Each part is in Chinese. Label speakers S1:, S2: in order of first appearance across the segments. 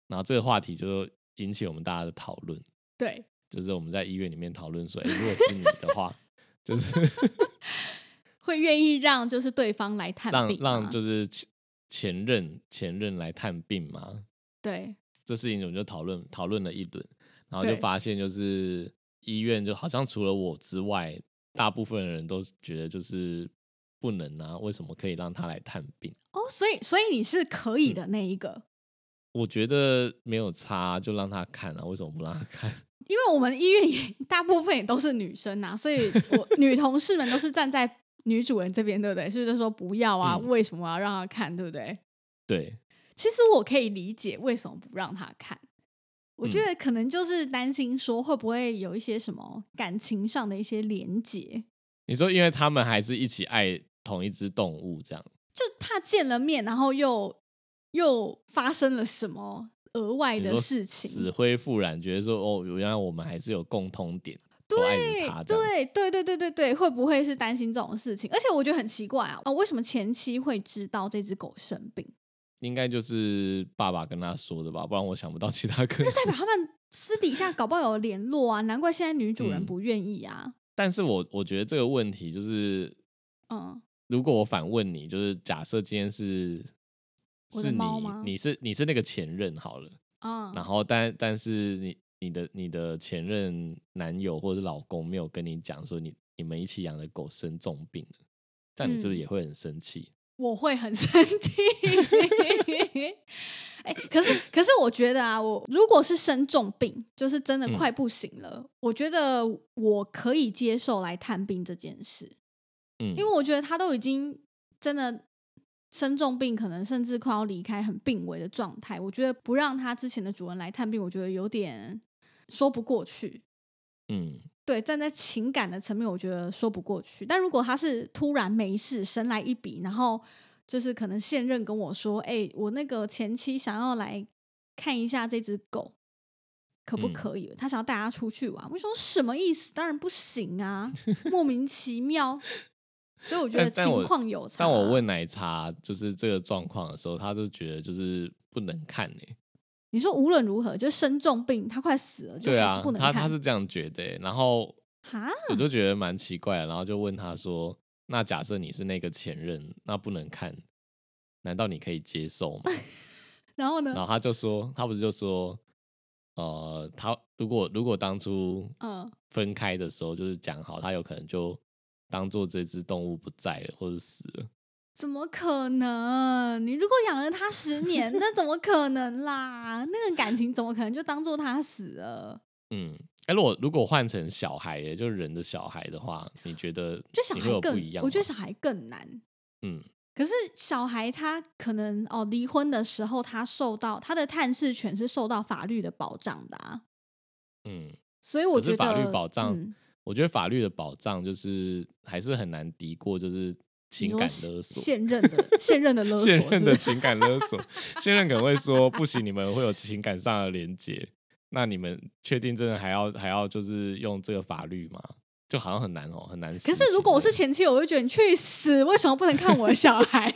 S1: 然后这个话题就引起我们大家的讨论，
S2: 对，
S1: 就是我们在医院里面讨论说，哎、如果是你的话， 就是
S2: 会愿意让就是对方来探
S1: 让
S2: 病吗，
S1: 让就是前前任前任来探病吗？
S2: 对，
S1: 这事情我们就讨论讨论了一轮，然后就
S2: 对
S1: 发现就是医院就好像除了我之外，大部分人都觉得就是不能啊，为什么可以让他来探病？
S2: 哦，所以所以你是可
S1: 嗯
S2: 以的那一个，
S1: 我觉得没有差，就让他看啊，为什么不让他看？
S2: 因为我们医院也大部分也都是女生呐、所以我女同事们都是站在女主人这边，对不对？所以就说不要啊，
S1: 嗯
S2: 为什么要让她看，对不对？
S1: 对，
S2: 其实我可以理解为什么不让她看，我
S1: 嗯
S2: 觉得可能就是担心说会不会有一些什么感情上的一些连结，
S1: 你说因为他们还是一起爱同一只动物这样，
S2: 就怕见了面，然后又又发生了什么额外
S1: 你
S2: 的
S1: 说
S2: 事情，
S1: 死灰复燃，觉得说哦，原来我们还是有共通点，都爱着他
S2: 对
S1: 这样。
S2: 对对对对对对，会不会是担心这种事情？而且我觉得很奇怪啊，啊，为什么前妻会知道这只狗生病？
S1: 应该就是爸爸跟他说的吧，不然我想不到其他可能
S2: 就。代表他们私底下搞不好有联络啊，难怪现在女主人
S1: 嗯
S2: 不愿意啊。
S1: 但是我我觉得这个问题就是，
S2: 嗯，
S1: 如果我反问你，就是假设今天是
S2: 我的
S1: 是你
S2: 猫吗，
S1: 你是你是那个前任好了，
S2: 啊、
S1: 然后但但是你你的你的前任男友或者是老公没有跟你讲说你你们一起养的狗生重病了，这样你是不是
S2: 嗯
S1: 也会很生气？
S2: 我会很生气。 哎、可是可是我觉得啊，我如果是生重病，就是真的
S1: 嗯
S2: 快不行了，我觉得我可以接受来探病这件事。
S1: 嗯，
S2: 因为我觉得他都已经真的生重病，可能甚至快要离开，很病危的状态。我觉得不让他之前的主人来探病，我觉得有点说不过去。
S1: 嗯
S2: 对，站在情感的层面，我觉得说不过去。但如果他是突然没事，神来一笔，然后就是可能现任跟我说：“哎、我那个前妻想要来看一下这只狗，可不
S1: 嗯
S2: 可以？”他想要带他出去玩，我说什么意思？当然不行啊，莫名其妙。所以我觉
S1: 但
S2: 得
S1: 但
S2: 情
S1: 我
S2: 况有差。
S1: 但我问奶茶就是这个状况的时候，他就觉得就是不能看欸呢、
S2: 你说，无论如何，就是生重病，他快死了，就
S1: 对
S2: 还
S1: 啊
S2: 是不，能
S1: 他他
S2: 看啊
S1: 是这样觉得欸、然后
S2: 哈，
S1: 我就觉得蛮奇怪的，然后就问他说：“那假设你是那个前任，那不能看，难道你可以接受吗
S2: 然后？”呢
S1: 然？后他就说，他不是就说，呃，他如果如果当初
S2: 嗯
S1: 分开的时候就是讲好，他有可能就当做这只动物不在了或者死了。
S2: 怎么可能？你如果养了它十年，那怎么可能啦？那个感情怎么可能就当做它死了？
S1: 嗯，哎、如果如果换成小孩耶，就是人的小孩的话，你觉得
S2: 就小
S1: 你会
S2: 孩
S1: 有
S2: 更
S1: 不一，样吗？
S2: 我觉得小孩更难。
S1: 嗯
S2: 可是小孩他可能哦，离婚的时候他受到他的探视权是受到法律的保障的、啊，
S1: 嗯，
S2: 所以我
S1: 可
S2: 觉得
S1: 是法律保障
S2: 嗯
S1: 我觉得法律的保障就是还是很难敌过，就是
S2: 你
S1: 情
S2: 说
S1: 感
S2: 现
S1: 勒索。
S2: 现任的现任的勒索，
S1: 现
S2: 是
S1: 任
S2: 不
S1: 的
S2: 是？
S1: 情感勒索， 现任可能会说不行，你们会有情感上的连接，那你们确定真的还要还要就是用这个法律吗？就好像很难哦，很难实行
S2: 可
S1: 耶。
S2: 是如果我是前妻，我会觉得你去死！为什么不能看我的小孩？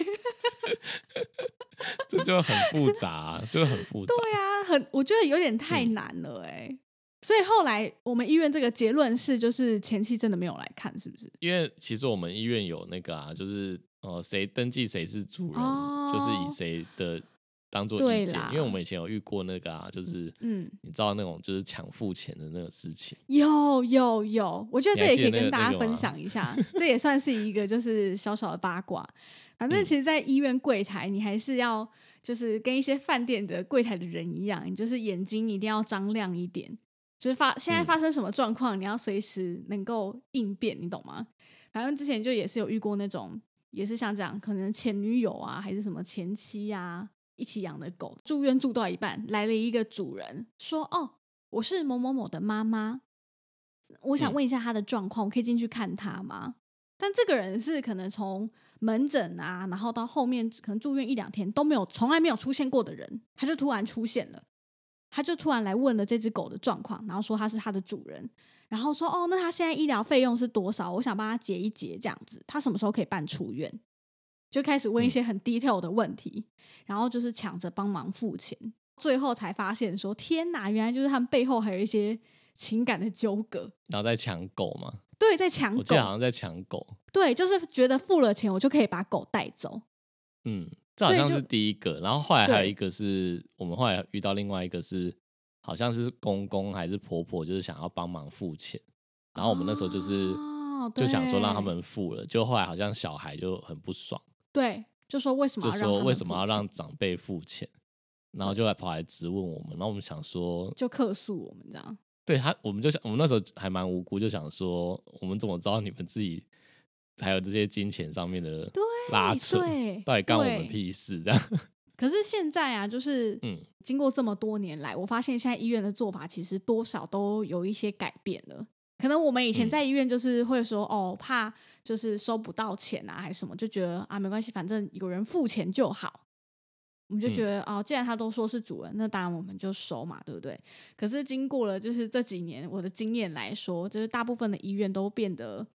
S1: 这就很复杂啊、就很复杂。
S2: 对啊，很我觉得有点
S1: 嗯
S2: 太难了哎、所以后来我们医院这个结论是，就是前妻真的没有来看，是不是？
S1: 因为其实我们医院有那个啊，就是呃，谁登记谁是主人，
S2: 哦
S1: 就是以谁的当做
S2: 对
S1: 意见
S2: 啦。
S1: 因为我们以前有遇过那个啊，就是
S2: 嗯
S1: 你知道那种就是抢付钱的那个事情。
S2: 有有有，我觉得
S1: 你
S2: 这
S1: 还
S2: 也
S1: 记
S2: 可以
S1: 得那
S2: 跟
S1: 个
S2: 大
S1: 那
S2: 家
S1: 个吗
S2: 分享一下，这也算是一个就是小小的八卦。反正
S1: 嗯
S2: 其实，在医院柜台，你还是要就是跟一些饭店的柜台的人一样，你就是眼睛一定要张亮一点，就是发现在
S1: 嗯
S2: 发生什么状况，你要随时能够应变，你懂吗？反正之前就也是有遇过那种，也是像这样，可能前女友啊，还是什么前妻啊，一起养的狗住院住到一半，来了一个主人说：“哦，我是某某某的妈妈，我想
S1: 嗯
S2: 问一下她的状况，我可以进去看她吗？”但这个人是可能从门诊啊，然后到后面可能住院一两天都没有，从来没有出现过的人，他就突然出现了，他就突然来问了这只狗的状况，然后说他是它的主人，然后说哦，那他现在医疗费用是多少？我想帮他结一结，这样子，他什么时候可以办出院？就开始问一些很 detail 的问题，然后就是抢着帮忙付钱，最后才发现说天哪，原来就是他们背后还有一些情感的纠葛。
S1: 然后再抢狗嘛，
S2: 对，在抢
S1: 我记
S2: 狗
S1: 得，好像在抢狗，
S2: 对，就是觉得付了钱我就可以把狗带走，
S1: 嗯，这好
S2: 所以
S1: 像
S2: 就是
S1: 第一个，然后后来还有
S2: 对
S1: 一个是我们后来遇到另外一个是，好像是公公还是婆婆，就是想要帮忙付钱，然后我们那时候就是、
S2: 哦
S1: 就想说让他
S2: 对
S1: 们付了，就后来好像小孩就很不爽，
S2: 对，就说为什么
S1: 就
S2: 要让他
S1: 说
S2: 们
S1: 为什么
S2: 付
S1: 要
S2: 钱
S1: 让长辈付钱，然后就来跑来质问我们，然后我们想说，
S2: 就客诉我们这样？
S1: 对他，我们就想，我们那时候还蛮无辜，就想说，我们怎么知道你们自己还有这些金钱上面的
S2: 对
S1: 拉扯，
S2: 对
S1: 到底干我们
S2: 对
S1: 屁事？这样，
S2: 可是现在啊，就是
S1: 嗯
S2: 经过这么多年来，我发现现在医院的做法其实多少都有一些改变了。可能我们以前
S1: 嗯
S2: 在医院就是会说、哦，怕就是收不到钱啊，还是什么，就觉得啊没关系，反正有人付钱就好。我们就觉得、哦，既然他都说是主人，那当然我们就收嘛，对不对？可是经过了就是这几年我的经验来说，就是大部分的医院都变得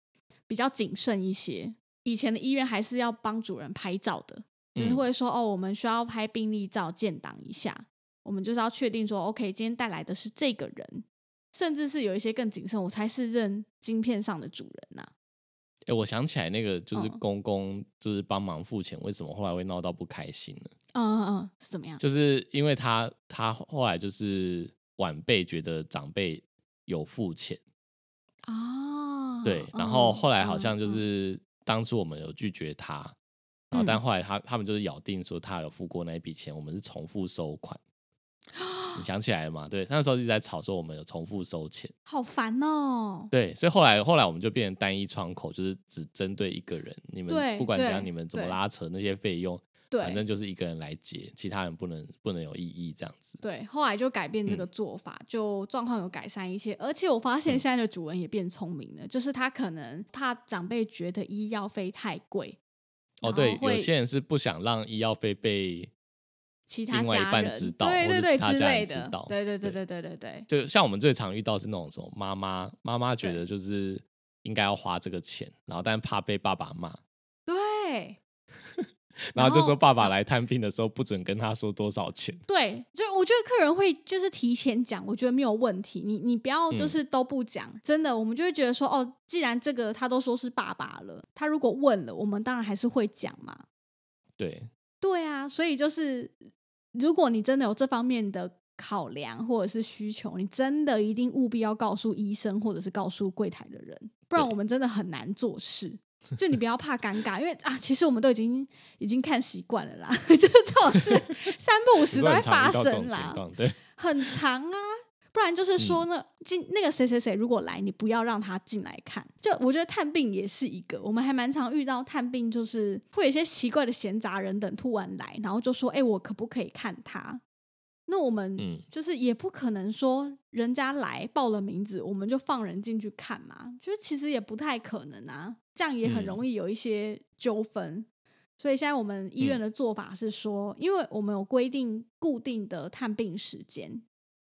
S2: 比较谨慎一些。以前的医院还是要帮主人拍照的，就是
S1: 嗯
S2: 会说、哦，我们需要拍病历照建档一下，我们就是要确定说，OK，今天带来的是这个人，甚至是有一些更谨慎，我才是认晶片上的主人呐、
S1: 哎、我想起来那个就是
S2: 嗯
S1: 公公，就是帮忙付钱，为什么后来会闹到不开心呢？
S2: 嗯嗯嗯，是怎么样？
S1: 就是因为他他后来就是晚辈觉得长辈有付钱，
S2: 啊，
S1: 对，然后后
S2: 嗯
S1: 来好像就是当初我们有拒绝他，
S2: 嗯
S1: 然后但后来他他们就是咬定说他有付过那一笔钱，我们是重复收款。 你想起来了吗？对，那时候一直在吵说我们有重复收钱，
S2: 好烦哦。
S1: 对，所以后来后来我们就变成单一窗口，就是只针对一个人。你们
S2: 对
S1: 不管怎样，
S2: 对
S1: 你们怎么
S2: 对
S1: 拉扯那些费用，
S2: 对，
S1: 反正就是一个人来结，其他人不能不能有异议这样子。
S2: 对，后来就改变这个做法，就状况有改善一些。而且我发现
S1: 嗯
S2: 现在的主人也变聪明了，就是他可能怕长辈觉得医药费太贵，
S1: 哦，
S2: 然
S1: 对，
S2: 后会
S1: 有些人是不想让医药费被，
S2: 其他
S1: 另外一
S2: 家
S1: 半
S2: 人
S1: 知道
S2: 对
S1: 或
S2: 对
S1: 者是
S2: 对
S1: 他
S2: 之
S1: 家人
S2: 类
S1: 知
S2: 的
S1: 道，
S2: 对对对
S1: 对
S2: 对对对对，
S1: 就像我们最常遇到是那种什么妈妈妈妈觉
S2: 对
S1: 得就是应该要花这个钱，然后但怕被爸爸骂，
S2: 对
S1: 然
S2: 然
S1: 后就说
S2: 后啊
S1: 爸爸来探病的时候不准跟他说多少钱。
S2: 对，就我觉得客人会就是提前讲，我觉得没有问题。你你不要
S1: 嗯
S2: 就是都不讲，真的，我们就会觉得说，哦，既然这个他都说是爸爸了，他如果问了，我们当然还是会讲嘛。
S1: 对，
S2: 对啊，所以就是如果你真的有这方面的考量或者是需求，你真的一定务必要告诉医生或者是告诉柜台的人。不然
S3: 对
S2: 我们真的很难做事。就 你不要怕尴尬，因为啊，其实我们都已经已经看习惯了啦， 就是这种事三不五时都
S1: 我
S2: 会
S1: 很常
S2: 发
S1: 遇到这种
S2: 生
S1: 情
S2: 啦，
S1: 况，对，
S2: 很长啊。不然就是说呢，进、那个谁谁谁如果来，你不要让他进来看。就我觉得探病也是一个，我们还蛮常遇到探病，就是会有一些奇怪的闲杂人等突然来，然后就说：“哎、我可不可以看他？”那我们
S1: 嗯，
S2: 就是也不可能说人家来报了名字，我们就放人进去看嘛，就是其实也不太可能啊，这样也很
S1: 嗯
S2: 容易有一些纠纷。所以现在我们医院的做法是说，因为我们有规定固定的探病时间，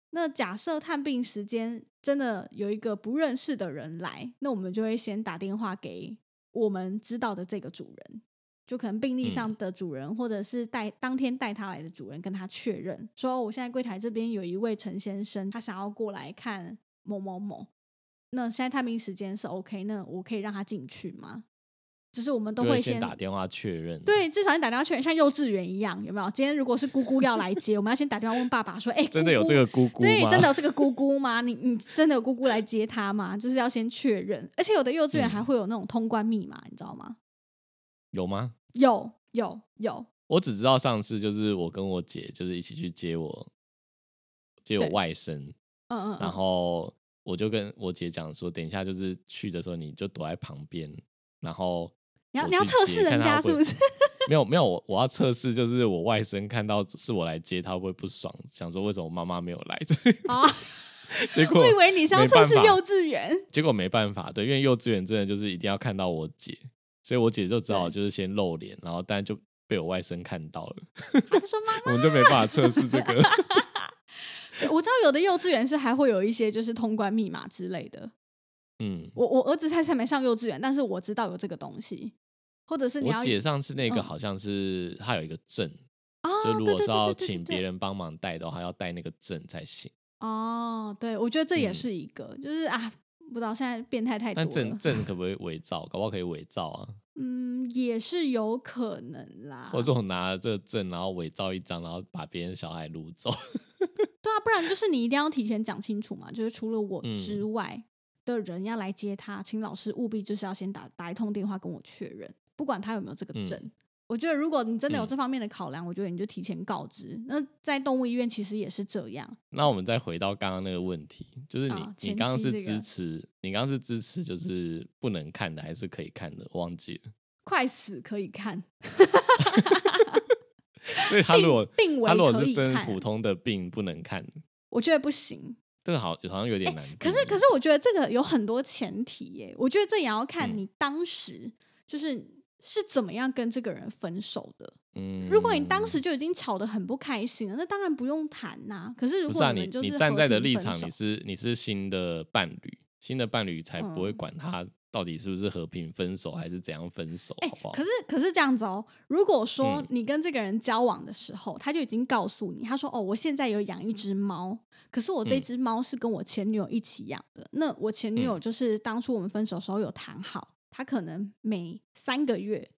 S2: 那假设探病时间真的有一个不认识的人来，那我们就会先打电话给我们知道的这个主人，就可能病历上
S1: 嗯
S2: 的主人，或者是带当天带他来的主人，跟他确认说，哦我现在柜台这边有一位陈先生，他想要过来看某某某，那现在探病时间是 OK，那我可以让他进去吗？就是我 们都
S1: 就
S2: 会
S1: 先
S2: 先
S1: 打电话确认，，
S2: 对，至少你打电话确认，像幼稚园一样，有没有？今天如果是姑姑要来接，我们要先打电话问爸爸说：“哎、
S1: 真的有
S2: 姑姑
S1: 这个姑姑吗？
S2: 对，真的有这个姑姑吗？你你真的有姑姑来接她吗？”就是要先确认，而且有的幼稚园还
S1: 嗯
S2: 会有那种通关密码，你知道吗？
S1: 有吗？
S2: 有有有，
S1: 我只知道上次就是我跟我姐就是一起去接我接我
S2: 对
S1: 外甥，
S2: 嗯嗯，
S1: 然
S2: 嗯
S1: 后我就跟我姐讲说，等一下就是去的时候你就躲在旁边，然后
S2: 你要
S1: 我
S2: 你要
S1: 去
S2: 测
S1: 接
S2: 试人
S1: 看她
S2: 家
S1: 会
S2: 是不
S1: 会
S2: 是？
S1: 没有没有，我我要测试就是我外甥看到是我来接他会不会不爽，想说为什么妈妈没有来，
S2: 啊，
S1: 结果
S2: 我以为你是要
S1: 没
S2: 测
S1: 办
S2: 试
S1: 法
S2: 幼稚园，
S1: 结果没办法，对，因为幼稚园真的就是一定要看到我姐，所以我姐就只好
S2: 对
S1: 就是先露脸，然后但就被我外甥看到了，
S2: 他就说妈
S1: 我们就没办法测试这个。
S2: 对我知道有的幼稚园是还会有一些就是通关密码之类的。
S1: 嗯，
S2: 我我儿子才才没上幼稚园，但是我知道有这个东西，或 者是你要
S1: 我姐上次那个
S2: 嗯
S1: 好像是她有一个证，
S2: 啊，
S1: 就如
S2: 对
S1: 果
S2: 对
S1: 是
S2: 对
S1: 要
S2: 对对
S1: 请
S2: 对
S1: 别人帮忙带的话，要带那个证才行。
S2: 哦，对，我觉得这也
S1: 嗯
S2: 是一个，就是啊，不知道现在变态太多
S1: 但证
S2: 了，
S1: 证可不可以伪造？搞不好可以伪造啊，
S2: 嗯，也是有可能啦。
S1: 或者说我拿了这个证，然后伪造一张，然后把别人小孩掳走。
S2: 对啊，不然就是你一定要提前讲清楚嘛，就是除了我
S1: 嗯
S2: 之外的人要来接他，请老师务必就是要先打打一通电话跟我确认，不管他有没有这个
S1: 嗯
S2: 证。我觉得如果你真的有
S1: 嗯
S2: 这方面的考量，我觉得你就提前告知。那在动物医院其实也是这样，
S1: 那我们再回到刚刚那个问题，就是你、
S2: 啊
S1: 你
S2: 前
S1: 刚刚
S2: 期
S1: 是
S2: 这个
S1: 支持，你刚刚是支持就是不能看的还是可以看的？忘记了。
S2: 快死可以看，
S1: 所以他
S2: 病
S1: 如果
S2: 病危
S1: 他如果
S2: 可
S1: 是
S2: 以
S1: 生
S2: 看
S1: 普通的病不能看，
S2: 我觉得不行。
S1: 这个好好像有点难、
S2: 可是，可是，我觉得这个有很多前提耶。我觉得这也要看
S1: 嗯
S2: 你当时就是是怎么样跟这个人分手的。
S1: 嗯
S2: 如果你当时就已经吵得很不开心了，那当然不用谈呐、可是如
S1: 不
S2: 果
S1: 是啊，你
S2: 们就是
S1: 你站在的
S2: 和平
S1: 立
S2: 分
S1: 场，
S2: 手
S1: 你是你是新的伴侣，新的伴侣才不会
S2: 嗯
S1: 管他到底是不是和平分手还是怎样分手，
S2: 哎、
S1: 好不好？
S2: 可是可是这样子哦，如果说
S1: 嗯
S2: 你跟这个人交往的时候，他就已经告诉你，他说哦，我现在有养一只猫，可是我这
S1: 嗯
S2: 只猫是跟我前女友一起养的，那我前女友就是当初我们分手的时候有谈好，她可能每三个月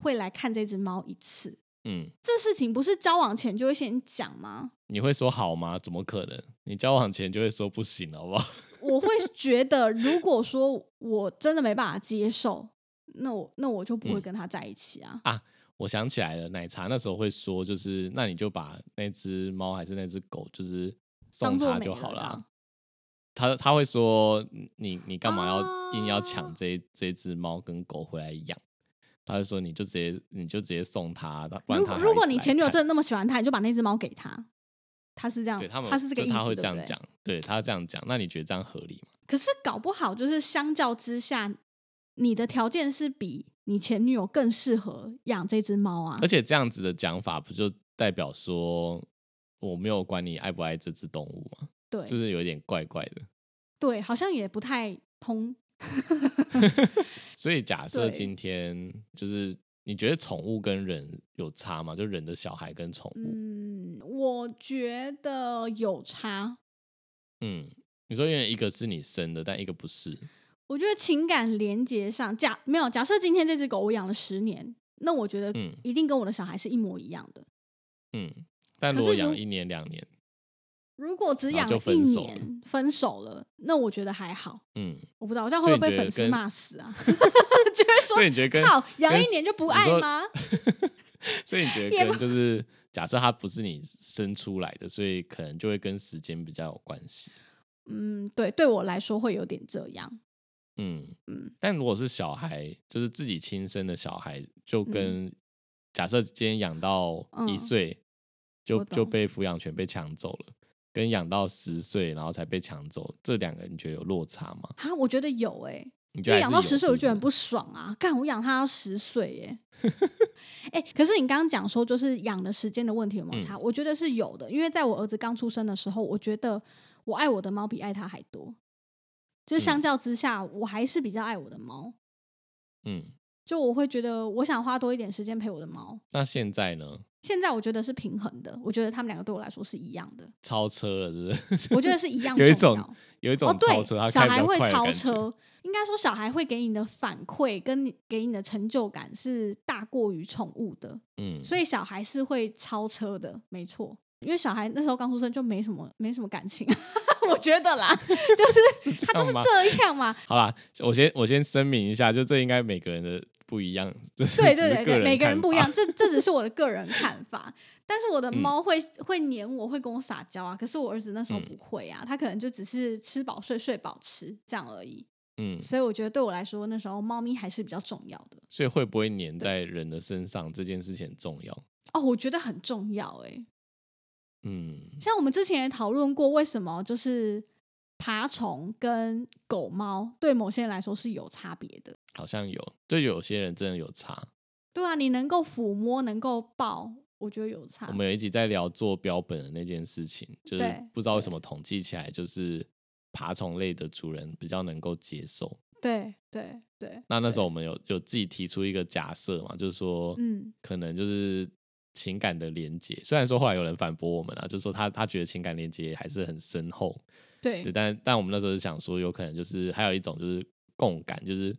S2: 会来看这只猫一次。
S1: 嗯，
S2: 这事情不是交往前就会先讲吗？
S1: 你会说好吗？怎么可能？你交往前就会说不行，好不好？
S2: 我会觉得，如果说我真的没办法接受，那我那我就不会
S1: 嗯
S2: 跟他在一起啊。
S1: 我想起来了，奶茶那时候会说，就是那你就把那只猫还是那只狗，就是送
S2: 当作
S1: 他
S2: 没
S1: 就
S2: 了
S1: 好
S2: 这
S1: 啦
S2: 样。
S1: 他他会说嗯你你干嘛要硬要
S2: 啊
S1: 抢这这只猫跟狗回来养？他就说你就直接你就直接送他，不然
S2: 如
S1: 他
S2: 果
S1: 还
S2: 如果
S1: 一直
S2: 你
S1: 来
S2: 前女友
S1: 看
S2: 真的那么喜欢他，你就把那只猫给他。他是这样，
S1: 对他们
S2: 哦他是这个
S1: 就
S2: 意思，
S1: 他会
S2: 对
S1: 这
S2: 不
S1: 样
S2: 对
S1: 讲，对他这样讲，那你觉得这样合理吗？
S2: 可是搞不好就是相较之下，你的条件是比你前女友更适合养这只猫啊
S1: 而。且这样子的讲法，不就代表说我没有管你爱不爱这只动物吗？
S2: 对，
S1: 就是有一点怪怪的。
S2: 对，好像也不太通。
S1: 所以假设
S2: 对
S1: 今天就是你觉得宠物跟人有差吗？就人的小孩跟宠物，
S2: 嗯，我觉得有差。
S1: 嗯你说因为一个是你生的，但一个不是，
S2: 我觉得情感连接上，假没有假设今天这只狗我养了十年，那我觉得
S1: 嗯
S2: 一定跟我的小孩是一模一样的。
S1: 嗯，但
S2: 可
S1: 如果
S2: 是如
S1: 养一年两年，
S2: 如果只养
S1: 然后就
S2: 了一
S1: 分手了
S2: 年分手了，那我觉得还好。
S1: 嗯，
S2: 我不知道，这样会不会
S1: 所以
S2: 被粉
S1: 你觉得
S2: 丝
S1: 跟
S2: 骂死 啊？就会
S1: 所以你
S2: 说
S1: 觉得跟，
S2: 靠，养
S1: 跟
S2: 一年就不
S1: 你
S2: 爱
S1: 说
S2: 吗？
S1: 所以你觉
S2: 也
S1: 得
S2: 不
S1: 跟就是假设它不是你生出来的，所以可能就会跟时间比较有关系。
S2: 嗯，对，对我来说会有点这样。
S1: 嗯
S2: 嗯，
S1: 但如果是小孩，就是自己亲生的小孩，就跟、假设今天养到一
S2: 嗯
S1: 岁，就
S2: 我
S1: 就
S2: 懂
S1: 被抚养权被抢走了，跟养到十岁然后才被抢走，这两个你觉得有落差吗？
S2: 啊，我觉得有哎、
S1: 你觉
S2: 因
S1: 得
S2: 为
S1: 还
S2: 养
S1: 是
S2: 到
S1: 有
S2: 十岁，我
S1: 是
S2: 觉得很
S1: 不
S2: 不爽啊！干，我养它到十岁耶、 哎、可是你刚刚讲说，就是养的时间的问题有没有
S1: 嗯
S2: 差？我觉得是有的，因为在我儿子刚出生的时候，我觉得我爱我的猫比爱它还多，就是相
S1: 嗯
S2: 较之下，我还是比较爱我的猫。
S1: 是嗯，
S2: 就我会觉得，我想花多一点时间陪我的猫。
S1: 那现在呢？
S2: 现在我觉得是平衡的，我觉得他们两个对我来说是一样的，
S1: 超车了，是不是？
S2: 我觉得是一样
S1: 有一
S2: 重
S1: 种
S2: 要。
S1: 有一
S2: 哦，
S1: 种超车，
S2: 对，
S1: 它
S2: 小
S1: 开比
S2: 孩
S1: 较
S2: 会
S1: 快的
S2: 超
S1: 感觉，
S2: 车，应该说小孩会给你的反馈跟你给你的成就感是大过于宠物的，
S1: 嗯，
S2: 所以小孩是会超车的，没错。因为小孩那时候刚出生就没什么没什么感情， 我觉得啦， 就是他就
S1: 样
S2: 是
S1: 吗
S2: 这样 嘛，
S1: 好啦，我先我先声明一下，就这应该每个人的不一样，对
S2: 对对对对，每个人不一样，
S1: 看法。
S2: 这这只是我的个人看法。但是我的
S1: 嗯
S2: 猫会、会黏我，会跟我撒娇啊，可是我儿子那时候
S1: 嗯
S2: 不会啊，他可能就只是吃饱睡睡饱吃这样而已。
S1: 嗯，
S2: 所以我觉得对我来说，那时候猫咪还是比较重要的
S1: 所以会不会粘在人的身上这件事情很重要。
S2: 哦，我觉得很重要哎、
S1: 嗯，
S2: 像我们之前也讨论过，为什么就是爬虫跟狗猫对某些人来说是有差别的。
S1: 好像有，就有些人真的有差。
S2: 对啊，你能够抚摸，能够抱，我觉得有差
S1: 我。们有一集在聊做标本的那件事情，就是
S2: 对
S1: 不知道为什么统计起来，就是爬虫类的主人比较能够接受。
S2: 对对对，
S1: 那那时候我们有有自己提出一个假设嘛，就是说，
S2: 嗯，
S1: 可能就是情感的连接。虽然说后来有人反驳我们啊，就说他他觉得情感连接还是很深厚，
S2: 对
S1: 对，但但我们那时候是想说，有可能就是还有一种就是共感，就是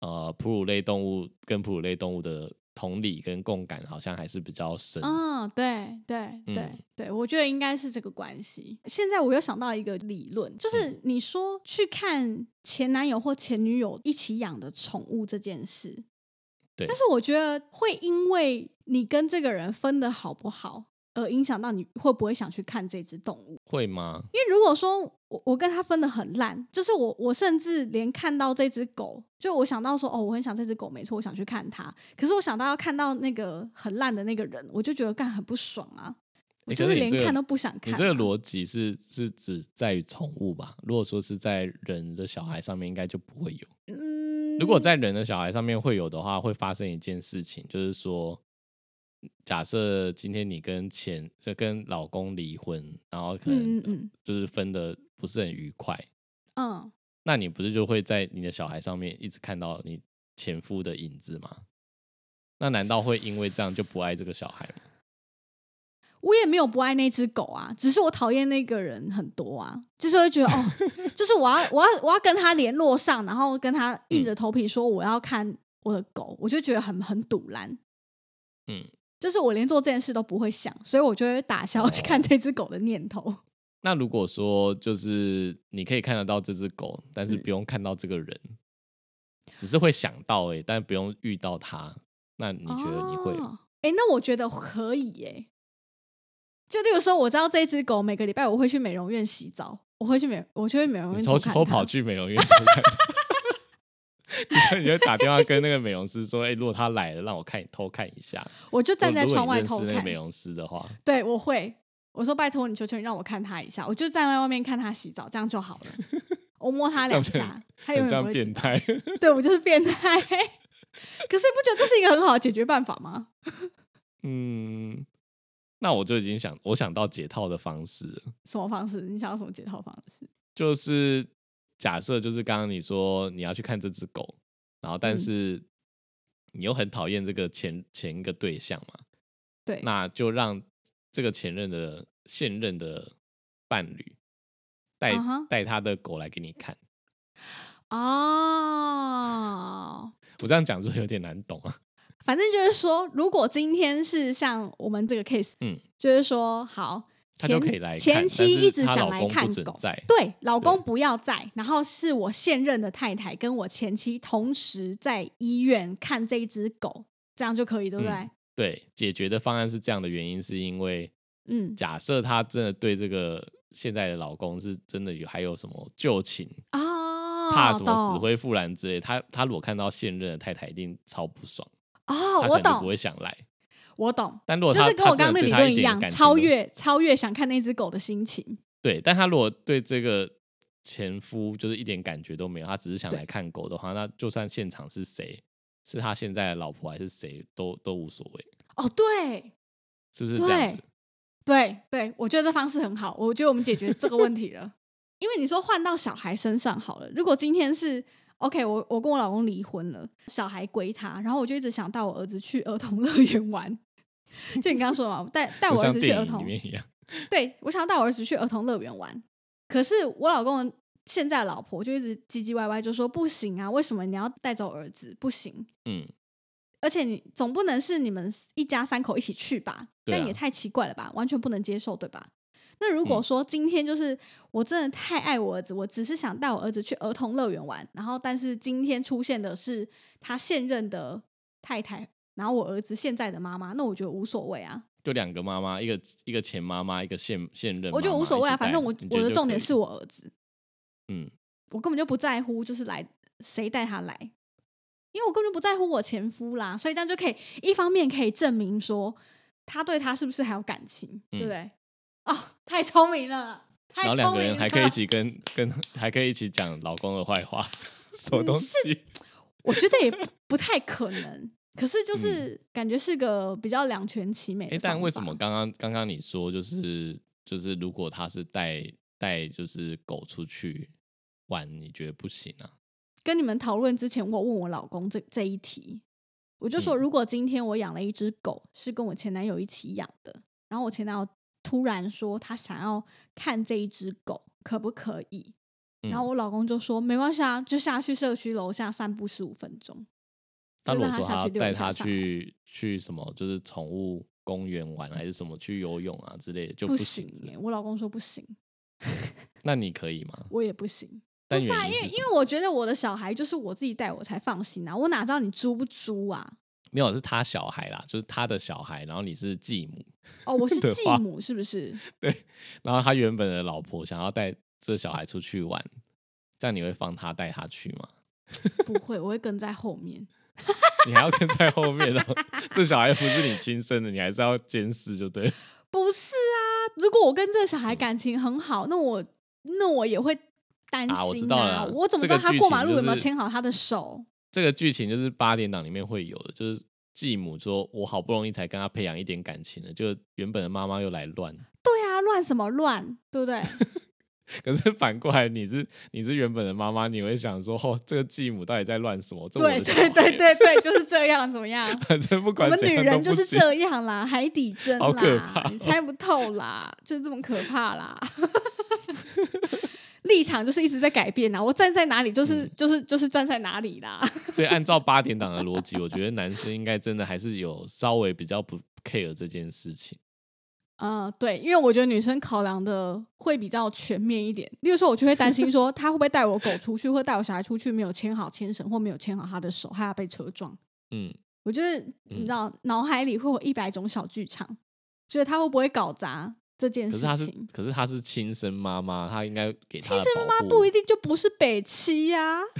S1: 呃哺乳类动物跟哺乳类动物的同理跟共感好像还是比较深。
S2: 嗯，对对对、
S1: 嗯
S2: 对，我觉得应该是这个关系。现在我又想到一个理论，
S1: 嗯
S2: 就是你说去看前男友或前女友一起养的宠物这件事，
S1: 对
S2: 但是我觉得会因为你跟这个人分的好不好，而影响到你会不会想去看这只动物。
S1: 会吗？
S2: 因为如果说我我跟他分的很烂，就是我我甚至连看到这只狗，就我想到说哦，我很想这只狗，没错，我想去看它。可是我想到要看到那个很烂的那个人，我就觉得干很不爽啊，我
S1: 欸
S2: 就
S1: 可你
S2: 连
S1: 这个
S2: 看都不想看、
S1: 你
S2: 啊。
S1: 这个逻辑是是只在于宠物吧？如果说是在人的小孩上面，应该就不会有。
S2: 嗯，
S1: 如果在人的小孩上面会有的话，会发生一件事情，就是说，假设今天你跟前就跟老公离婚，然后可
S2: 嗯嗯
S1: 能
S2: 嗯
S1: 就是分的不是很愉快，
S2: 嗯，
S1: 那你不是就会在你的小孩上面一直看到你前夫的影子吗？那难道会因为这样就不爱这个小孩吗？
S2: 我也没有不爱那只狗啊，只是我讨厌那个人很多啊，就是会觉得哦， 就是我要我要我要跟他联络上，然后跟他硬着头皮说我要看我的狗，我就觉得很很堵然。
S1: 嗯，
S2: 就是我连做这件事都不会想，所以我就会打消
S1: 哦
S2: 去看这只狗的念头。
S1: 那如果说就是你可以看得到这只狗，但是
S2: 嗯
S1: 不用看到这个人，只是会想到哎、但不用遇到他，那你觉得你会
S2: 哦？哎、那我觉得可以耶、就例如说，我知道这只狗每个礼拜我会去美容院洗澡，我会去美，我就会美容
S1: 你
S2: 院
S1: 偷
S2: 偷看
S1: 偷
S2: 它
S1: 跑。去美容院偷看他？ 你就打电话跟那个美容师说：“哎、如果他来了，让我看偷看一下。
S2: 我就” 站在
S1: 如果
S2: 窗
S1: 你
S2: 外
S1: 认识
S2: 偷
S1: 那个
S2: 看
S1: 美。容师的话，
S2: 对，我会。我说拜托你，求求你让我看它一下，我就站在外面看它洗澡，这样就好了。我摸它两
S1: 这样
S2: 下，它永远不
S1: 很像
S2: 会知
S1: 变
S2: 道。
S1: 态。
S2: 对我就是变态。 可是你不觉得这是一个很好的解决办法吗？
S1: 嗯，那我就已经想，我想到解套的方式了，
S2: 什么方式？你想要什么解套方式？
S1: 就是假设就是刚刚你说你要去看这只狗，然后但
S2: 嗯
S1: 是你又很讨厌这个前前一个对象嘛，
S2: 对，
S1: 那就让这个前任的现任的伴侣带
S2: 嗯哼
S1: 带、他的狗来给你看。
S2: 哦，
S1: 我这样讲是不是有点难懂啊？
S2: 反正就是说，如果今天是像我们这个 case，
S1: 嗯，
S2: 就是说，好，
S1: 他就
S2: 前
S1: 可以来看
S2: 前
S1: 但
S2: 妻
S1: 是
S2: 一直
S1: 她
S2: 想
S1: 老
S2: 来
S1: 公不
S2: 看
S1: 准
S2: 狗
S1: 在，
S2: 对，老公
S1: 对
S2: 不要在，然后是我现任的太太跟我前妻同时在医院看这一只狗，这样就可以，对不对？
S1: 嗯对，解决的方案是这样的原因，是因为
S2: 嗯
S1: 假设她真的对这个现在的老公是真的有还有什么旧情，
S2: 哦，
S1: 怕什么死
S2: 懂
S1: 灰复燃之类，她她如果看到现任的太太，一定超不爽，
S2: 哦
S1: 她，
S2: 我
S1: 可能就不
S2: 懂，
S1: 会想来。
S2: 我懂，
S1: 但如果
S2: 就
S1: 她
S2: 是跟我
S1: 她
S2: 刚
S1: 真
S2: 刚
S1: 的
S2: 那理
S1: 对她
S2: 论
S1: 一
S2: 一
S1: 点
S2: 样，
S1: 感情
S2: 超
S1: 都
S2: 越超越想看那只狗的心情，
S1: 对，但她如果对这个前夫就是一点感觉都没有，她只是想
S2: 对
S1: 来看狗的话，那就算现场是谁，是她现在的老婆还是谁，都都无所谓，
S2: 哦，对
S1: 是不是这样
S2: 对
S1: 子？
S2: 对对，我觉得这方式很好，我觉得我们解决这个问题 了。因为你说换到小孩身上好了，如果今天是 OK，我我跟我老公离婚了，小孩归他，然后我就一直想带我儿子去儿童 乐园玩。就你刚刚说的嘛，带带
S1: 就
S2: 我儿
S1: 像
S2: 子去
S1: 电
S2: 儿
S1: 影里
S2: 童，
S1: 面一样，
S2: 对我想要带我儿子去儿童乐园玩，可是我老公的现在的老婆就一直唧唧歪歪，就说不行啊，为什么你要带走儿子？不行，
S1: 嗯，
S2: 而且你总不能是你们一家三口一起去吧？这
S1: 对啊嗯
S2: 样也太奇怪了吧，完全不能接受，对吧？那如果说今天就是我真的太爱我儿子，我只是想带我儿子去儿童乐园玩，然后但是今天出现的是他现任的太太，然后我儿子现在的妈妈，那我觉得无所谓啊，
S1: 就两个妈妈，一个一个前妈妈，一个现现任妈妈，
S2: 我觉得无所谓啊，
S1: 一起带
S2: 反正我
S1: 你觉
S2: 我
S1: 得
S2: 的
S1: 就
S2: 重
S1: 可
S2: 点
S1: 以
S2: 是我儿子，
S1: 嗯，
S2: 我根本就不在乎，就是来谁带他来，因为我根本就不在乎我前夫啦，所以这样就可以一方面可以证明说他对他是不是还有感情，对
S1: 嗯
S2: 不对？哦，太聪明了，太
S1: 然
S2: 聪
S1: 后
S2: 明了，
S1: 两个人还可以一起跟跟还可以一起讲老公的坏话， 什么
S2: 嗯
S1: 东
S2: 是
S1: 西？
S2: 我觉得也不不太可能。可是就是感觉是个比较两全其美
S1: 哎、
S2: 的方法。
S1: 嗯但为什么刚刚刚刚你说就是就是如果他是带带就是狗出去玩，你觉得不行啊？
S2: 跟你们讨论之前，我问我老公这这一题，我就说，
S1: 嗯
S2: 如果今天我养了一只狗，是跟我前男友一起养的，然后我前男友突然说他想要看这一只狗，可不可以？
S1: 嗯
S2: 然后我老公就说没关系啊，就下去社区楼下散步十五分钟。
S1: 他
S2: 就
S1: 如果
S2: 让他
S1: 说
S2: 下
S1: 他
S2: 去遛
S1: 带
S2: 一下
S1: 他
S2: 上
S1: 去去什么，就是宠物公园玩还是什么去游泳啊之类的，就
S2: 不
S1: 行
S2: 行耶，我老公说不行，
S1: 那你可以吗？
S2: 我也不行。
S1: 但
S2: 不是啊，
S1: 原
S2: 因为
S1: 是什
S2: 因
S1: 么
S2: 为我觉得我的小孩就是我自己带，我才放心啊。我哪知道你猪不猪啊？
S1: 没有是他小孩啦，就是他的小孩，然后你是继母，
S2: 哦，我是
S1: 的
S2: 继
S1: 话
S2: 母是不是？
S1: 然后他原本的老婆想要带这小孩出去玩，这样你会放他带他去吗？
S2: 不会，我会跟在后面。
S1: 你还要跟在后面哦， 这小孩不是你亲生的，你还是要监视就对了。
S2: 不是啊，如果我跟这个小
S1: 嗯
S2: 孩感情很好，那我那我也会担心
S1: 啊我知道了啦
S2: 我怎么知
S1: 这
S2: 道
S1: 个
S2: 他
S1: 剧
S2: 过马
S1: 情
S2: 路
S1: 就
S2: 有没有
S1: 是
S2: 牵好他的手？
S1: 这个剧情就是八点档里面会有的，就是继母说：“我好不容易才跟他培养一点感情了，就原本的妈妈又来乱。
S2: 对啊，乱什么乱，对不对？”
S1: 可是反过来，你是你是原本的妈妈，你会想说：“哦，这个继母到底在乱什么？” 这我
S2: 对
S1: 的小
S2: 对
S1: 孩
S2: 对，对对，就是这样，怎么样？
S1: 反正不
S2: 我
S1: 管
S2: 们
S1: 怎
S2: 女
S1: 样
S2: 人
S1: 哎都
S2: 就
S1: 不
S2: 是
S1: 行
S2: 这样啦，海底针
S1: 好可
S2: 啦
S1: 怕，哦
S2: 你猜不透啦，就是这么可怕 啦。 立场就是一直在改变啊啦，我站在哪里就是、
S1: 嗯
S2: 就是就是站在哪里啦。
S1: 所以按照八点档的逻辑，我觉得男生应该真的还是有稍微比较不 care 这件事情。
S2: 嗯，对，因为我觉得女生考量的会比较全面一点。例如说，我就会担心说，她会不会带我狗出去，或带我小孩出去，没有牵好牵绳，或没有牵好她的手，害她被车撞。
S1: 嗯，
S2: 我觉得你知道，脑海里会有一百种小剧场，就是她会不会搞砸这件
S1: 可
S2: 事
S1: 是他是
S2: 情。
S1: 可是他是亲生妈妈，他应该给他
S2: 亲
S1: 的
S2: 生妈妈
S1: 保护
S2: 不一定就不是北七呀、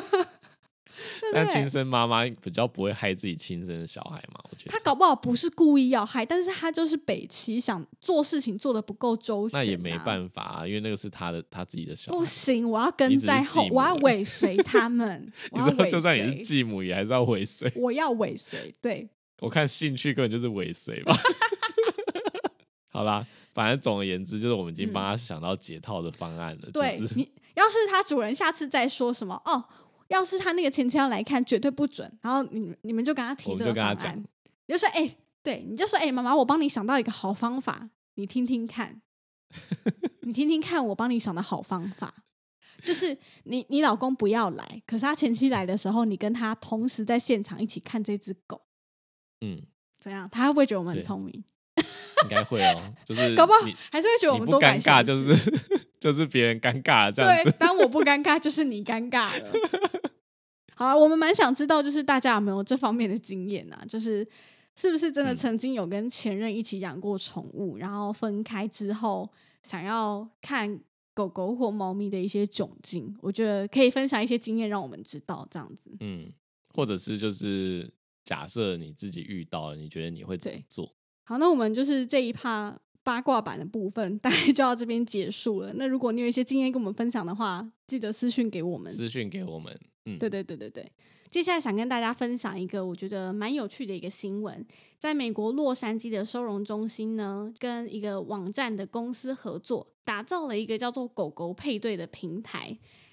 S2: 对
S1: 但
S2: 不
S1: 亲
S2: 对？
S1: 生妈妈比较不会害自己亲生的小孩嘛，我觉
S2: 她
S1: 得。
S2: 搞不好不是故意要害，但是她就是北七，想做事情做的不够周全、
S1: 那也没
S2: 法。
S1: 办法啊，因为那个是他的他自己的小孩
S2: 不。行，我要
S1: 你
S2: 跟
S1: 只是
S2: 在后
S1: 继，母
S2: 我要
S1: 而已
S2: 尾 随他们，我
S1: 你
S2: 要
S1: 知道，
S2: 尾
S1: 就算你是
S2: 随，
S1: 继母，也还是要尾随。
S2: 我要尾随，对，
S1: 我看兴趣根本就是尾随吧。 好啦，反正总而言之，就是我们已经帮他想到解套的方案了，
S2: 嗯对
S1: 就是
S2: 你，要是他主人下次再说什么哦，要是他那个前妻要来看，绝对不准。然后你们你们就跟他提
S1: 我们
S2: 这个
S1: 就跟
S2: 方
S1: 他
S2: 案，你就说哎、对，你就说哎、妈妈，我帮你想到一个好方法，你听听 看，你听听看，我帮你想的好方法。就是你，你老公不要来，可是他前妻来的时候，你跟他同时在现场一起看这只狗，
S1: 嗯，
S2: 怎样？他会不会觉得我们很
S1: 对
S2: 聪明？
S1: 应该会哦，就是
S2: 搞不好
S1: 你
S2: 还是会觉得我
S1: 你
S2: 们
S1: 不
S2: 多
S1: 尴
S2: 感
S1: 尬
S2: 兴
S1: 就
S2: 趣
S1: 是 就是别人尴尬了这样
S2: 对
S1: 子，，
S2: 当我不尴尬，就是你尴尬了。好啊了，我们蛮想知道，就是大家有没有这方面的经验啊？就是是不是真的
S1: 嗯
S2: 曾经有跟前任一起养过宠物，然后分开之后想要看狗狗或猫咪的一些窘境？我觉得可以分享一些经验，让我们知道这样子。
S1: 嗯，或者是就是假设你自己遇到了，你觉得你会怎么
S2: 对
S1: 做？
S2: 好，那我们就是这一趴八卦版的部分，大概就到这边结束了。那如果你有一些经验跟我们分享的话，记得私讯给我们。
S1: 私讯给我们，嗯，
S2: 对对对对对。接下来想跟大家分享一个我觉得蛮有趣的一个新闻，在美国洛杉矶的收容中心呢，跟一个网站的公司合作，打造了一个叫做“狗狗配对”的平台。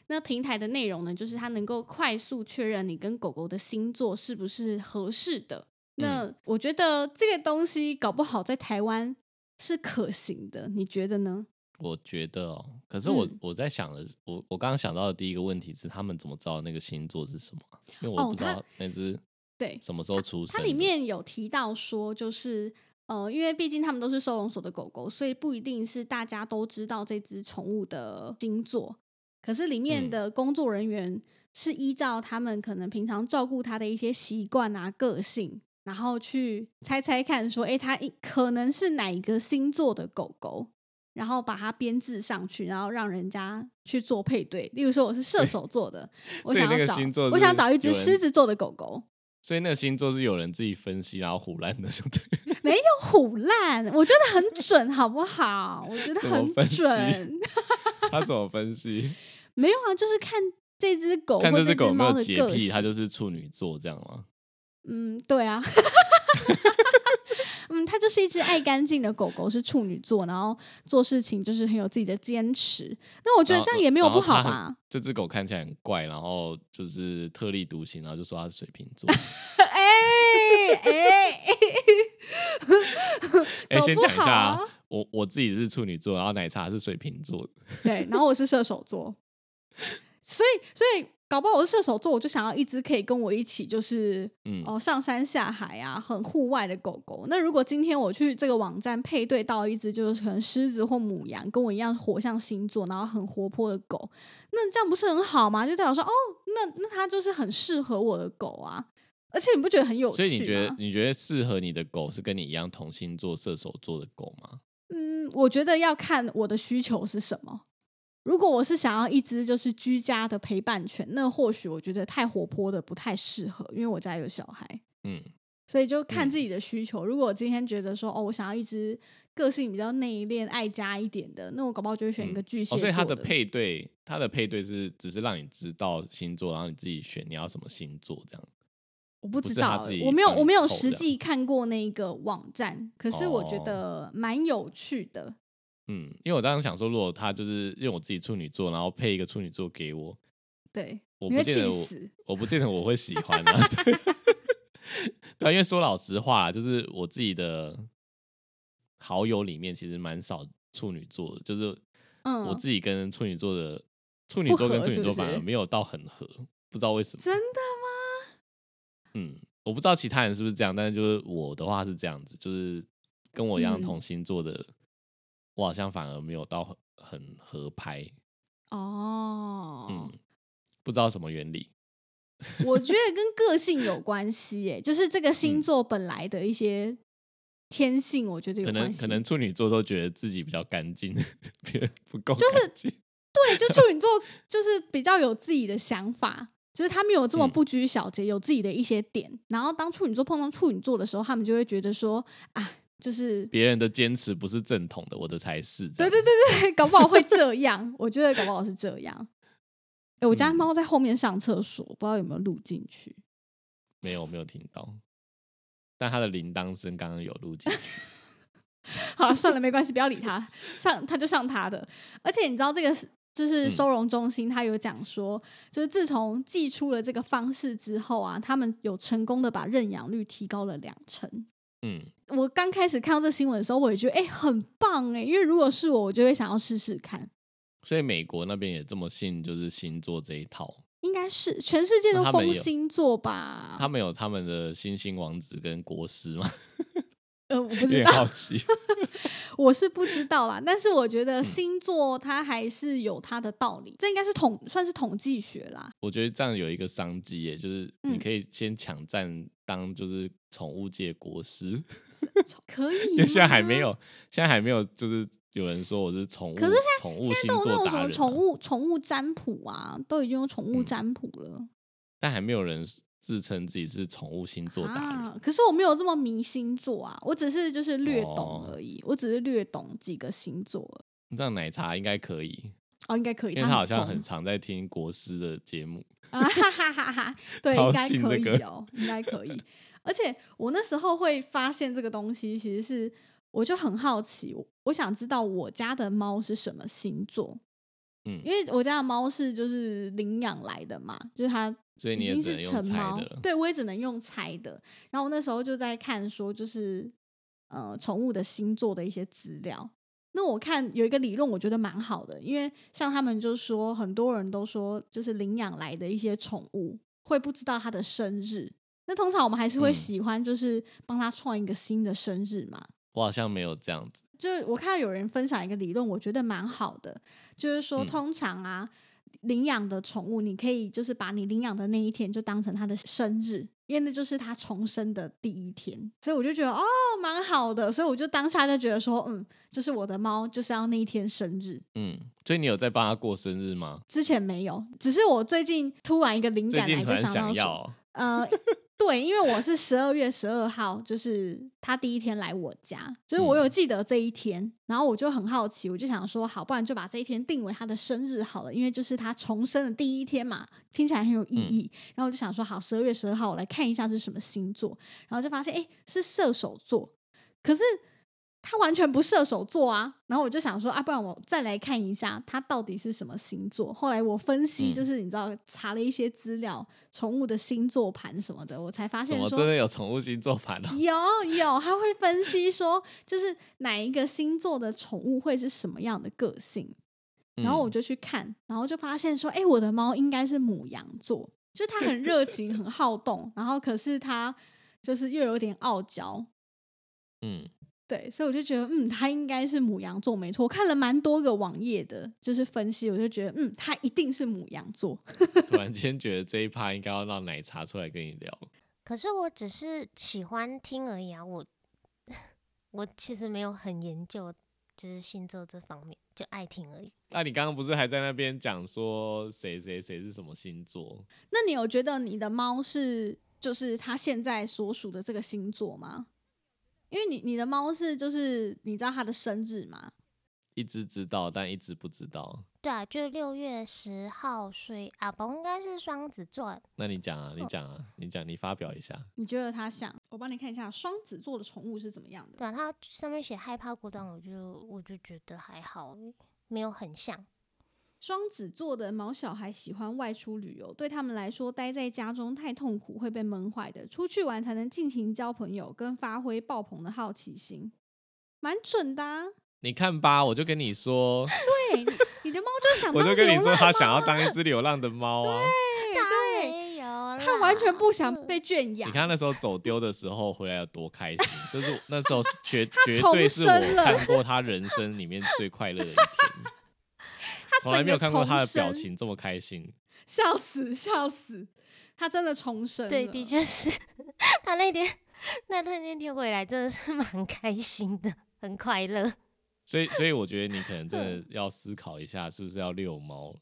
S2: 那平台的内容呢，就是它能够快速确认你跟狗狗的星座是不是合适的。那我觉得这个东西搞不好在台湾是可行的，你觉得呢？
S1: 我觉得哦，可是我、
S2: 嗯
S1: 我在想的是，我我刚刚想到的第一个问题是，他们怎么知道那个星座是什么啊？因为
S2: 哦
S1: 我不知
S2: 他
S1: 道那只
S2: 对，
S1: 什么时候出生的。
S2: 它里面有提到说，就是呃，因为毕竟他们都是收容所的狗狗，所以不一定是大家都知道这只宠物的星座。可是里面
S1: 嗯
S2: 的工作人员是依照他们可能平常照顾它的一些习惯啊、个性，然后去猜猜看说，诶，它一可能是哪一个星座的狗狗。然后把它编制上去，然后让人家去做配对。例如说，我是射手座的，我
S1: 所以
S2: 想要
S1: 那个
S2: 找
S1: 星座
S2: 我想
S1: 是
S2: 找一只
S1: 有人
S2: 狮子座的狗狗，
S1: 所以那个星座是有人自己分析，然后胡 乱的，对不对？
S2: 没 有虎烂，我觉得很准，好不好？我觉得
S1: 怎么
S2: 很
S1: 分析
S2: 准。
S1: 他怎么 分析？
S2: 没有啊，就是看这只狗
S1: 看
S2: 或
S1: 这只狗
S2: 只
S1: 有没
S2: 猫
S1: 有
S2: 的
S1: 洁
S2: 个
S1: 癖，
S2: 性。
S1: 它就是处女座这样吗？
S2: 嗯，对啊。 嗯，它就是一只爱干净的狗狗，是处女座，然后做事情就是很有自己的坚持。那我觉得
S1: 然后
S2: 这样也没有不好？
S1: 然后它
S2: 吧
S1: 很？这只狗看起来很怪，然后就是特立独行，然后就说它是水瓶 座。
S2: 哎哎，
S1: 哎、
S2: 搞
S1: 先
S2: 不
S1: 讲一下、
S2: 好啊
S1: 我我自己是处女座，然后奶茶是水瓶座的。
S2: 对，然后我是射手座，所以所以搞不好我是射手座，我就想要一只可以跟我一起就是
S1: 嗯，
S2: 哦，上山下海啊，很户外的狗狗。那如果今天我去这个网站配对到一只就是可能狮子或母羊，跟我一样火象星座，然后很活泼的狗，那这样不是很好吗？就代表说，哦，那那它就是很适合我的狗啊。而且你不觉得很有趣吗？
S1: 所以你觉得你觉得适合你的狗是跟你一样同星座射手座的狗吗？
S2: 嗯，我觉得要看我的需求是什么。如果我是想要一只就是居家的陪伴犬，那或许我觉得太活泼的不太适合，因为我家有小孩。
S1: 嗯，
S2: 所以就看
S1: 嗯
S2: 自己的需求。如果我今天觉得说，哦，我想要一只个性比较内敛、爱家一点的，那我搞不好就会选一个
S1: 嗯
S2: 巨蟹
S1: 哦，
S2: 座
S1: 所以它
S2: 的
S1: 的配对，它的配对是只是让你知道星座，然后你自己选你要什么星座这样。
S2: 我不
S1: 不
S2: 知
S1: 是他
S2: 道
S1: 自
S2: 欸、
S1: 己
S2: 我没有
S1: 帮
S2: 我
S1: 你
S2: 没有
S1: 凑
S2: 实
S1: 的
S2: 际看过那个网站，可是我觉
S1: 哦
S2: 得蛮有趣的。
S1: 嗯，因为我当时想说，如果他就是因为我自己处女座，然后配一个处女座给我，
S2: 对，你
S1: 我不
S2: 会
S1: 见
S2: 气
S1: 得我
S2: 死。
S1: 我不见得我会喜欢啊。对 对啊，因为说老实话，就是我自己的好友里面其实蛮少处女座的，就是
S2: 嗯
S1: 我自己跟处女座的、处女
S2: 不
S1: 座跟
S2: 合
S1: 处女
S2: 是不
S1: 座反
S2: 是
S1: 而没有到很合，不知道为什么。
S2: 真的吗？
S1: 嗯，我不知道其他人是不是这样，但是就是我的话是这样子，就是跟我一样
S2: 嗯
S1: 同星座的，我好像反而没有到很很合拍。
S2: 哦，
S1: 嗯，不知道什么原理。
S2: 我觉得跟个性有关系、欸，就是这个星
S1: 嗯
S2: 座本来的一些天性，我觉得有
S1: 可
S2: 关
S1: 能
S2: 系。
S1: 可能处女座都觉得自己比较干净，别人不够
S2: 就是
S1: 干净。
S2: 对，就处女座就是比较有自己的想法，就是他们有这么
S1: 嗯
S2: 不拘小节，有自己的一些点。然后当处女座碰到处女座的时候，他们就会觉得说啊，就是
S1: 别人的坚持不是正统的，我的才是。
S2: 对对
S1: 对，
S2: 对对，搞不好会这样。我觉得搞不好是这样。哎、我家
S1: 嗯
S2: 猫在后面上厕所，不知道有没有录进去。
S1: 没有没有听到，但他的铃铛声刚刚有录进去。
S2: 好了，算了，没关系，不要理他，上他就上他的。而且你知道这个是就是
S1: 嗯
S2: 收容中心，他有讲说，就是自从寄出了这个方式之后啊，他们有成功的把认养率提高了两成。
S1: 嗯，
S2: 我刚开始看到这新闻的时候，我也觉得哎、诶很棒哎、因为如果是我，我就会想要试试看。
S1: 所以美国那边也这么信就是星座这一套。
S2: 应该是全世界
S1: 那
S2: 都
S1: 他们
S2: 封
S1: 有
S2: 星座吧？
S1: 他们有他们的星星王子跟国师吗？
S2: 呃，我不
S1: 有
S2: 知
S1: 点
S2: 道，
S1: 好奇。
S2: 我是不知道啦。但是我觉
S1: 嗯
S2: 得星座它还是有它的道理，这应该是统算是统计学啦。
S1: 我觉得这样有一个商机耶，就是你
S2: 嗯
S1: 可以先抢占当就是宠物界国师，
S2: 可以，
S1: 因为现在还没。有，现在还没有就是有人说我是宠物，
S2: 啊可是现
S1: 宠物
S2: 现在
S1: 星
S2: 都有那
S1: 座
S2: 种
S1: 达
S2: 什
S1: 人、
S2: 么
S1: 啊，
S2: 宠，物宠物占卜啊，都已经有宠物
S1: 嗯
S2: 占卜了。
S1: 但还没有人自称自己是宠物星座达人。
S2: 啊。可是我没有这么迷星座啊，我只是就是略懂
S1: 哦
S2: 而已，我只是略懂几个星座而已。
S1: 这样奶茶应该可以，
S2: 哦，应该可以，
S1: 因为他好像
S2: 很
S1: 很常在听国师的节目。
S2: 疯啊，哈哈哈哈， 对，
S1: 超
S2: 应该
S1: 信
S2: 可
S1: 这
S2: 以
S1: 个
S2: 哦，应该可以。而且我那时候会发现这个东西，其实是我就很好奇，我我想知道我家的猫是什么星座，
S1: 嗯
S2: 因，为我家的猫是就是领养来的嘛，就是它
S1: 所以你
S2: 已
S1: 也
S2: 经
S1: 只能
S2: 是
S1: 用
S2: 成
S1: 猜
S2: 猫
S1: 的，了。
S2: 对我也只能用猜的。然后我那时候就在看说，就是呃宠物的星座的一些资料。那我看有一个理论，我觉得蛮好的，因为像他们就说，很多人都说，就是领养来的一些宠物会不知道它的生日。那通常我们还是会
S1: 嗯
S2: 喜欢，就是帮它创一个新的生日嘛。
S1: 我好像没有这样子。
S2: 就是我看到有人分享一个理论，我觉得蛮好的，就是说
S1: 嗯
S2: 通常啊，领养的宠物，你可以就是把你领养的那一天就当成它的生日，因为那就是它重生的第一天，所以我就觉得哦，蛮好的，所以我就当下就觉得说，嗯，就是我的猫就是要那一天生日。
S1: 嗯，所以你有在帮他过生日吗？
S2: 之前没有，只是我最近突啊然一个灵
S1: 最
S2: 感来
S1: 近突
S2: 就
S1: 然
S2: 想到
S1: 想
S2: 说，
S1: 要哦，
S2: 呃，对，因为我是十二月十二号，就是他第一天来我家，就是我有记得这一天，然后我就很好奇，我就想说，好，不然就把这一天定为他的生日好了，因为就是他重生的第一天嘛，听起来很有意义。然后我就想说，好，十二月十二号，我来看一下是什么星座，然后就发现，哎，是射手座，可是。他完全不射手座啊，然后我就想说啊，不然我再来看一下他到底是什么星座。后来我分析，
S1: 嗯
S2: 就是你知道查了一些资料，宠物的星座盘什么的，我才发
S1: 怎
S2: 现
S1: 么
S2: 说
S1: 真的 有宠物星座盘哦？
S2: 有有，他会分析说，就是哪一个星座的宠物会是什么样的个性。 然后我
S1: 嗯
S2: 就去看，然后就发现说，哎、我的猫应该是母羊座，就是它很热情、很好动，然后可是它就是又有点傲娇，
S1: 嗯，
S2: 对，所以我就觉得，嗯，它应该是母羊座没错。我看了蛮多个网页的，就是分析，我就觉得，嗯，它一定是母羊座。
S1: 嗯突然间觉得这一趴应该要让奶茶出来跟你聊。
S4: 可是我只是喜欢听而已啊，我 我其实没有很研究，就是星座这方面，就爱听而已。
S1: 那你刚刚不是还在那边讲说谁谁谁是什么星座？
S2: 那你有觉得你的猫是就是它现在所属的这个星座吗？因为你你的猫是就是你知道它的生日吗？
S1: 一直知道，但一直不知道。
S4: 对啊，就六月十号，所以阿宝应该是双子座，
S1: 那你讲
S2: 哦
S1: 啊，你讲啊，你讲，你发表一下。
S2: 你觉得它像？我帮你看一下双子座的宠物是怎么样的。
S4: 对啊，他上面写害怕孤单，我就我就觉得还好，没有很像。
S2: 双子座的毛小孩喜欢外出旅游，对他们来说，待在家中太痛苦，会被闷坏的。出去玩才能尽情交朋友，跟发挥爆棚的好奇心，蛮准的、啊。
S1: 你看吧，我就跟 你说，
S2: 对，你你的猫就想
S1: 我
S2: 当
S1: 就跟你
S2: 流
S1: 说，
S2: 浪
S1: 他想要当一只流浪的猫啊。
S4: 当
S2: 对，
S4: 然有啦，
S2: 它完全不想
S4: 嗯
S2: 被圈养
S1: 你。看那时候走丢的时候回来有多开心，就是那时候是绝绝
S2: 重
S1: 对是我
S2: 生了
S1: 看过他人生里面最快乐的一天。从来没有看过他的表情这么开心。
S2: 笑死笑死，他真的重生了。
S4: 对，的确是。 他那天那他那天回来真的是蛮开心的，很快
S2: 嗯
S4: 乐。
S1: 所以，所以我觉得你可能 真的要思考一下，是不是要遛猫？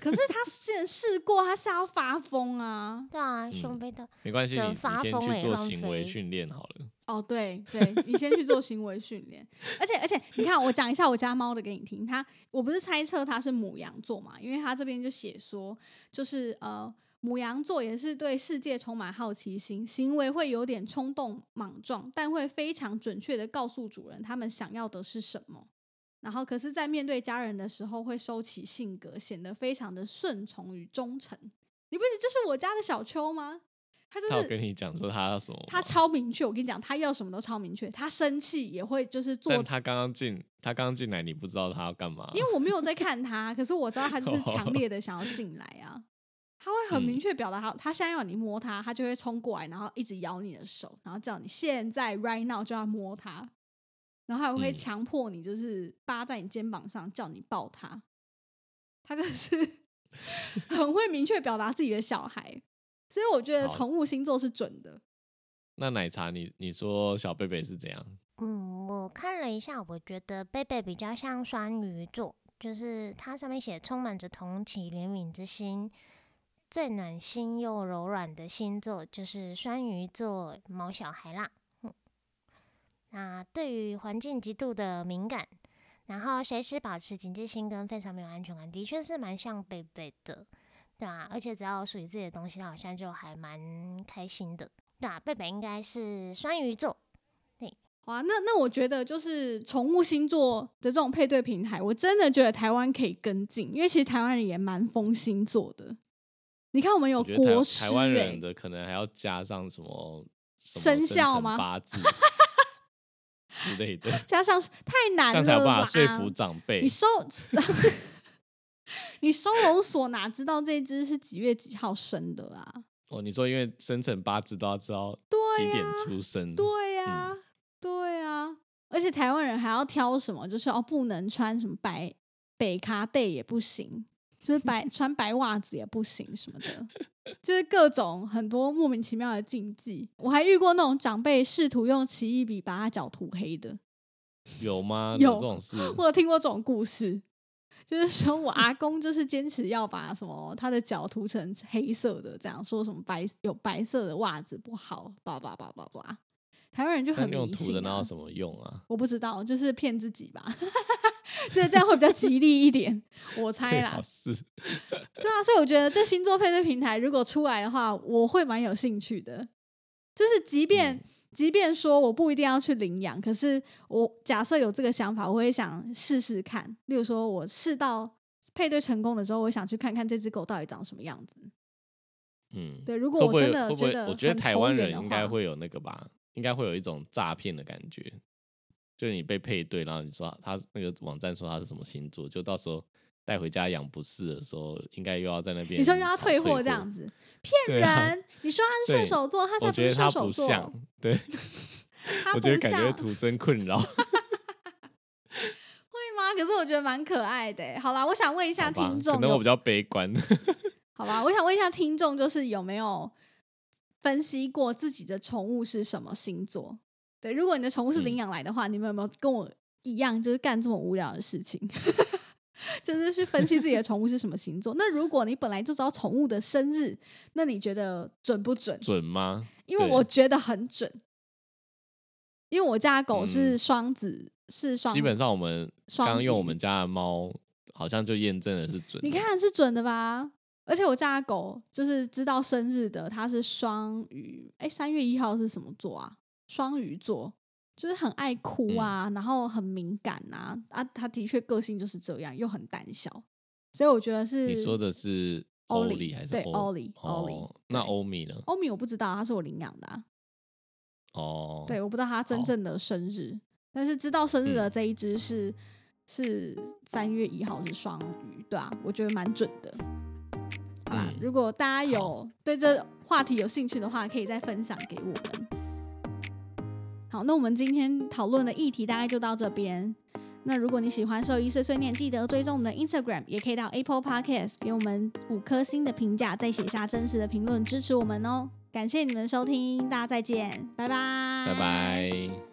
S2: 可是 他之前试过，他吓到发疯啊！
S4: 对啊，
S1: 嗯
S4: 胸背的。
S1: 没关系，
S4: 真
S1: 你你
S4: 发
S1: 先
S4: 疯
S1: 去
S4: 欸
S1: 做
S4: 浪
S1: 行为
S4: 费
S1: 训练好了。
S2: 哦，对对，你先去做行为训练，而且而且，你看我讲一下我家猫的给你听，它我不是猜测它是母羊座嘛，因为它这边就写说，就是呃。母羊座也是对世界充满好奇心，行为会有点冲动莽撞，但会非常准确的告诉主人他们想要的是什么。然后，可是，在面对家人的时候，会收起性格，显得非常的顺从与忠诚。你不觉得这是我家的小秋吗？他就
S1: 他有
S2: 是
S1: 跟你讲说他要什么吗？
S2: 他超明确，我跟你讲，他要什么都超明确。他生气也会就是做
S1: 但，他刚刚进，他刚刚进来，你不知道他要干嘛？
S2: 因为我没有在看他，可是我知道他就是强烈的想要进来啊。他会很明
S1: 哦嗯
S2: 确表达他，他现在要你摸他，他就会冲过来，然后一直咬你的手，然后叫你现在 right now 就要摸他，然后还会
S1: 嗯
S2: 强迫你就是扒在你肩膀上叫你抱他，他就是 很会明确表达自己的小孩，所以我觉得
S1: 好
S2: 宠物星座是准的。
S1: 那奶茶你，你说小贝贝是怎样？
S4: 嗯，我看了一下，我觉得贝贝比较像双鱼座，就是它上面写充满着同情、怜悯之心，最暖心又柔软的星座就是双鱼座毛小孩啦。嗯，那对于环境极度的敏感，然后随时保持警戒心跟非常没有安全感，的确是蛮像贝贝的，对啊，而且只要属于自己的东西，它好像就还蛮开心的。对啊，贝贝应该是双鱼座。
S2: 好啊，那那我觉得就是宠物星座的这种配对平台，我真的觉得台湾可以跟进，因为其实台湾人也蛮疯星座的。你看，我们有
S1: 我觉得台
S2: 国
S1: 湾
S2: 师、欸
S1: 台湾人的可能还要加上什么什么
S2: 生
S1: 辰
S2: 肖吗
S1: 八字之 类的，
S2: 加上太难
S1: 这
S2: 了
S1: 样才有办法说
S2: 啦
S1: 服长辈
S2: 你。收， 你收容所哪知道这只是几月几号生的啊？
S1: 哦，你说因为生辰八字都要知道
S2: 对啊
S1: 几
S2: 呀、
S1: 点出生，
S2: 对呀、
S1: 嗯
S2: 对呀、而且台湾人还要挑什么，就是哦，不能穿什么白北卡 day 也不行，就是白穿白袜子也不行什么的， 就是各种很多莫名其妙的禁忌。我还遇过那种长辈试图用奇异笔把他脚涂黑的，
S1: 有吗？
S2: 有
S1: 这种事，
S2: 我有听过这种故事，就是说我阿公就是坚持要把什么他的脚涂成黑色的，这样说什么白有白色的袜子不好，叭叭叭叭叭。台湾人就
S1: 那
S2: 很
S1: 用
S2: 迷
S1: 图
S2: 信、
S1: 的
S2: 啊，
S1: 那有什么用啊？
S2: 我不知道，就是骗自己吧， 就是这样会比较吉利一点，我猜
S1: 最
S2: 啦
S1: 好。是
S2: 对啊，所以我觉得这星座配对平台如果出来的话，我会蛮有兴趣的。就是即便、
S1: 嗯
S2: 即便说我不一定要去领养，可是我假设有这个想法，我会想试试看。例如说，我试到配对成功的时候，我想去看看这只狗到底长什么样子。
S1: 嗯，
S2: 对，如果
S1: 会不
S2: 我
S1: 会
S2: 真
S1: 有
S2: 的
S1: 会不会？
S2: 得
S1: 我觉得
S2: 很
S1: 台
S2: 投
S1: 湾
S2: 缘
S1: 人
S2: 的
S1: 应该
S2: 话
S1: 会有那个吧，应该会有一种诈骗的感觉，就是你被配对，然后你说他那个网站说他是什么星座，就到时候带回家养不是的时候，应该又要在那边
S2: 你说又要
S1: 吵
S2: 退
S1: 退
S2: 货这样，子，骗
S1: 对啊
S2: 人！你说他是射
S1: 对
S2: 手座，他才
S1: 我
S2: 不
S1: 觉
S2: 是
S1: 得
S2: 射
S1: 他
S2: 手
S1: 不
S2: 座，
S1: 像，对
S2: 他不
S1: 我觉得感觉
S2: 像。
S1: 徒 增困扰。
S2: 会吗？可是我觉得蛮可爱的欸。好啦，我想问一下
S1: 好吧
S2: 听众
S1: 可能我
S2: 有，
S1: 比较悲观。
S2: 好吧，我想问一下听众，就是有没有分析过自己的宠物是什么星座？对，如果你的宠物是领
S1: 嗯
S2: 养来的话，你们有没有跟我一样，就是干这么无聊的事情？ 就是去分析自己的宠物是什么星座。那如果你本来就知道宠物的生日，那你觉得准不准？
S1: 准吗？
S2: 因为
S1: 对
S2: 我觉得很准，因为我家的狗是
S1: 嗯
S2: 双子，是双，
S1: 基本上我们
S2: 双
S1: 刚刚用我
S2: 鱼
S1: 们家的猫，好像就验证了是准的。
S2: 你看是准的吧？而且我家的狗就是知道生日的，它是双鱼，哎，三月一号是什么座啊？双鱼座，就是很爱
S1: 嗯
S2: 哭啊，然后很敏感啊，啊，它的确个性就是这样，又很胆小，所以我觉得是
S1: 你说的是欧
S2: Oli，
S1: 里还是
S2: 对
S1: 欧
S2: ，Oli，
S1: 哦
S2: Oli，
S1: 那
S2: 对
S1: 欧米呢？
S2: 欧米，我不知道它是我领养的、啊，
S1: 哦，
S2: 对，我不知道它真
S1: 好
S2: 正的生日，但是知道生日的
S1: 嗯
S2: 这一只是、是三月一号是双鱼，对啊，我觉得蛮准的。好啦，
S1: 嗯
S2: 如果大家有
S1: 好
S2: 对这话题有兴趣的话，可以再分享给我们。好，那我们今天讨论的议题大概就到这边。那如果你喜欢兽医碎碎念，记得追踪我们的 Instagram，也可以到 Apple Podcast 给我们五颗星的评价，再写下真实的评论支持我们哦。感谢你们的收听，大家再见，拜拜，
S1: 拜拜。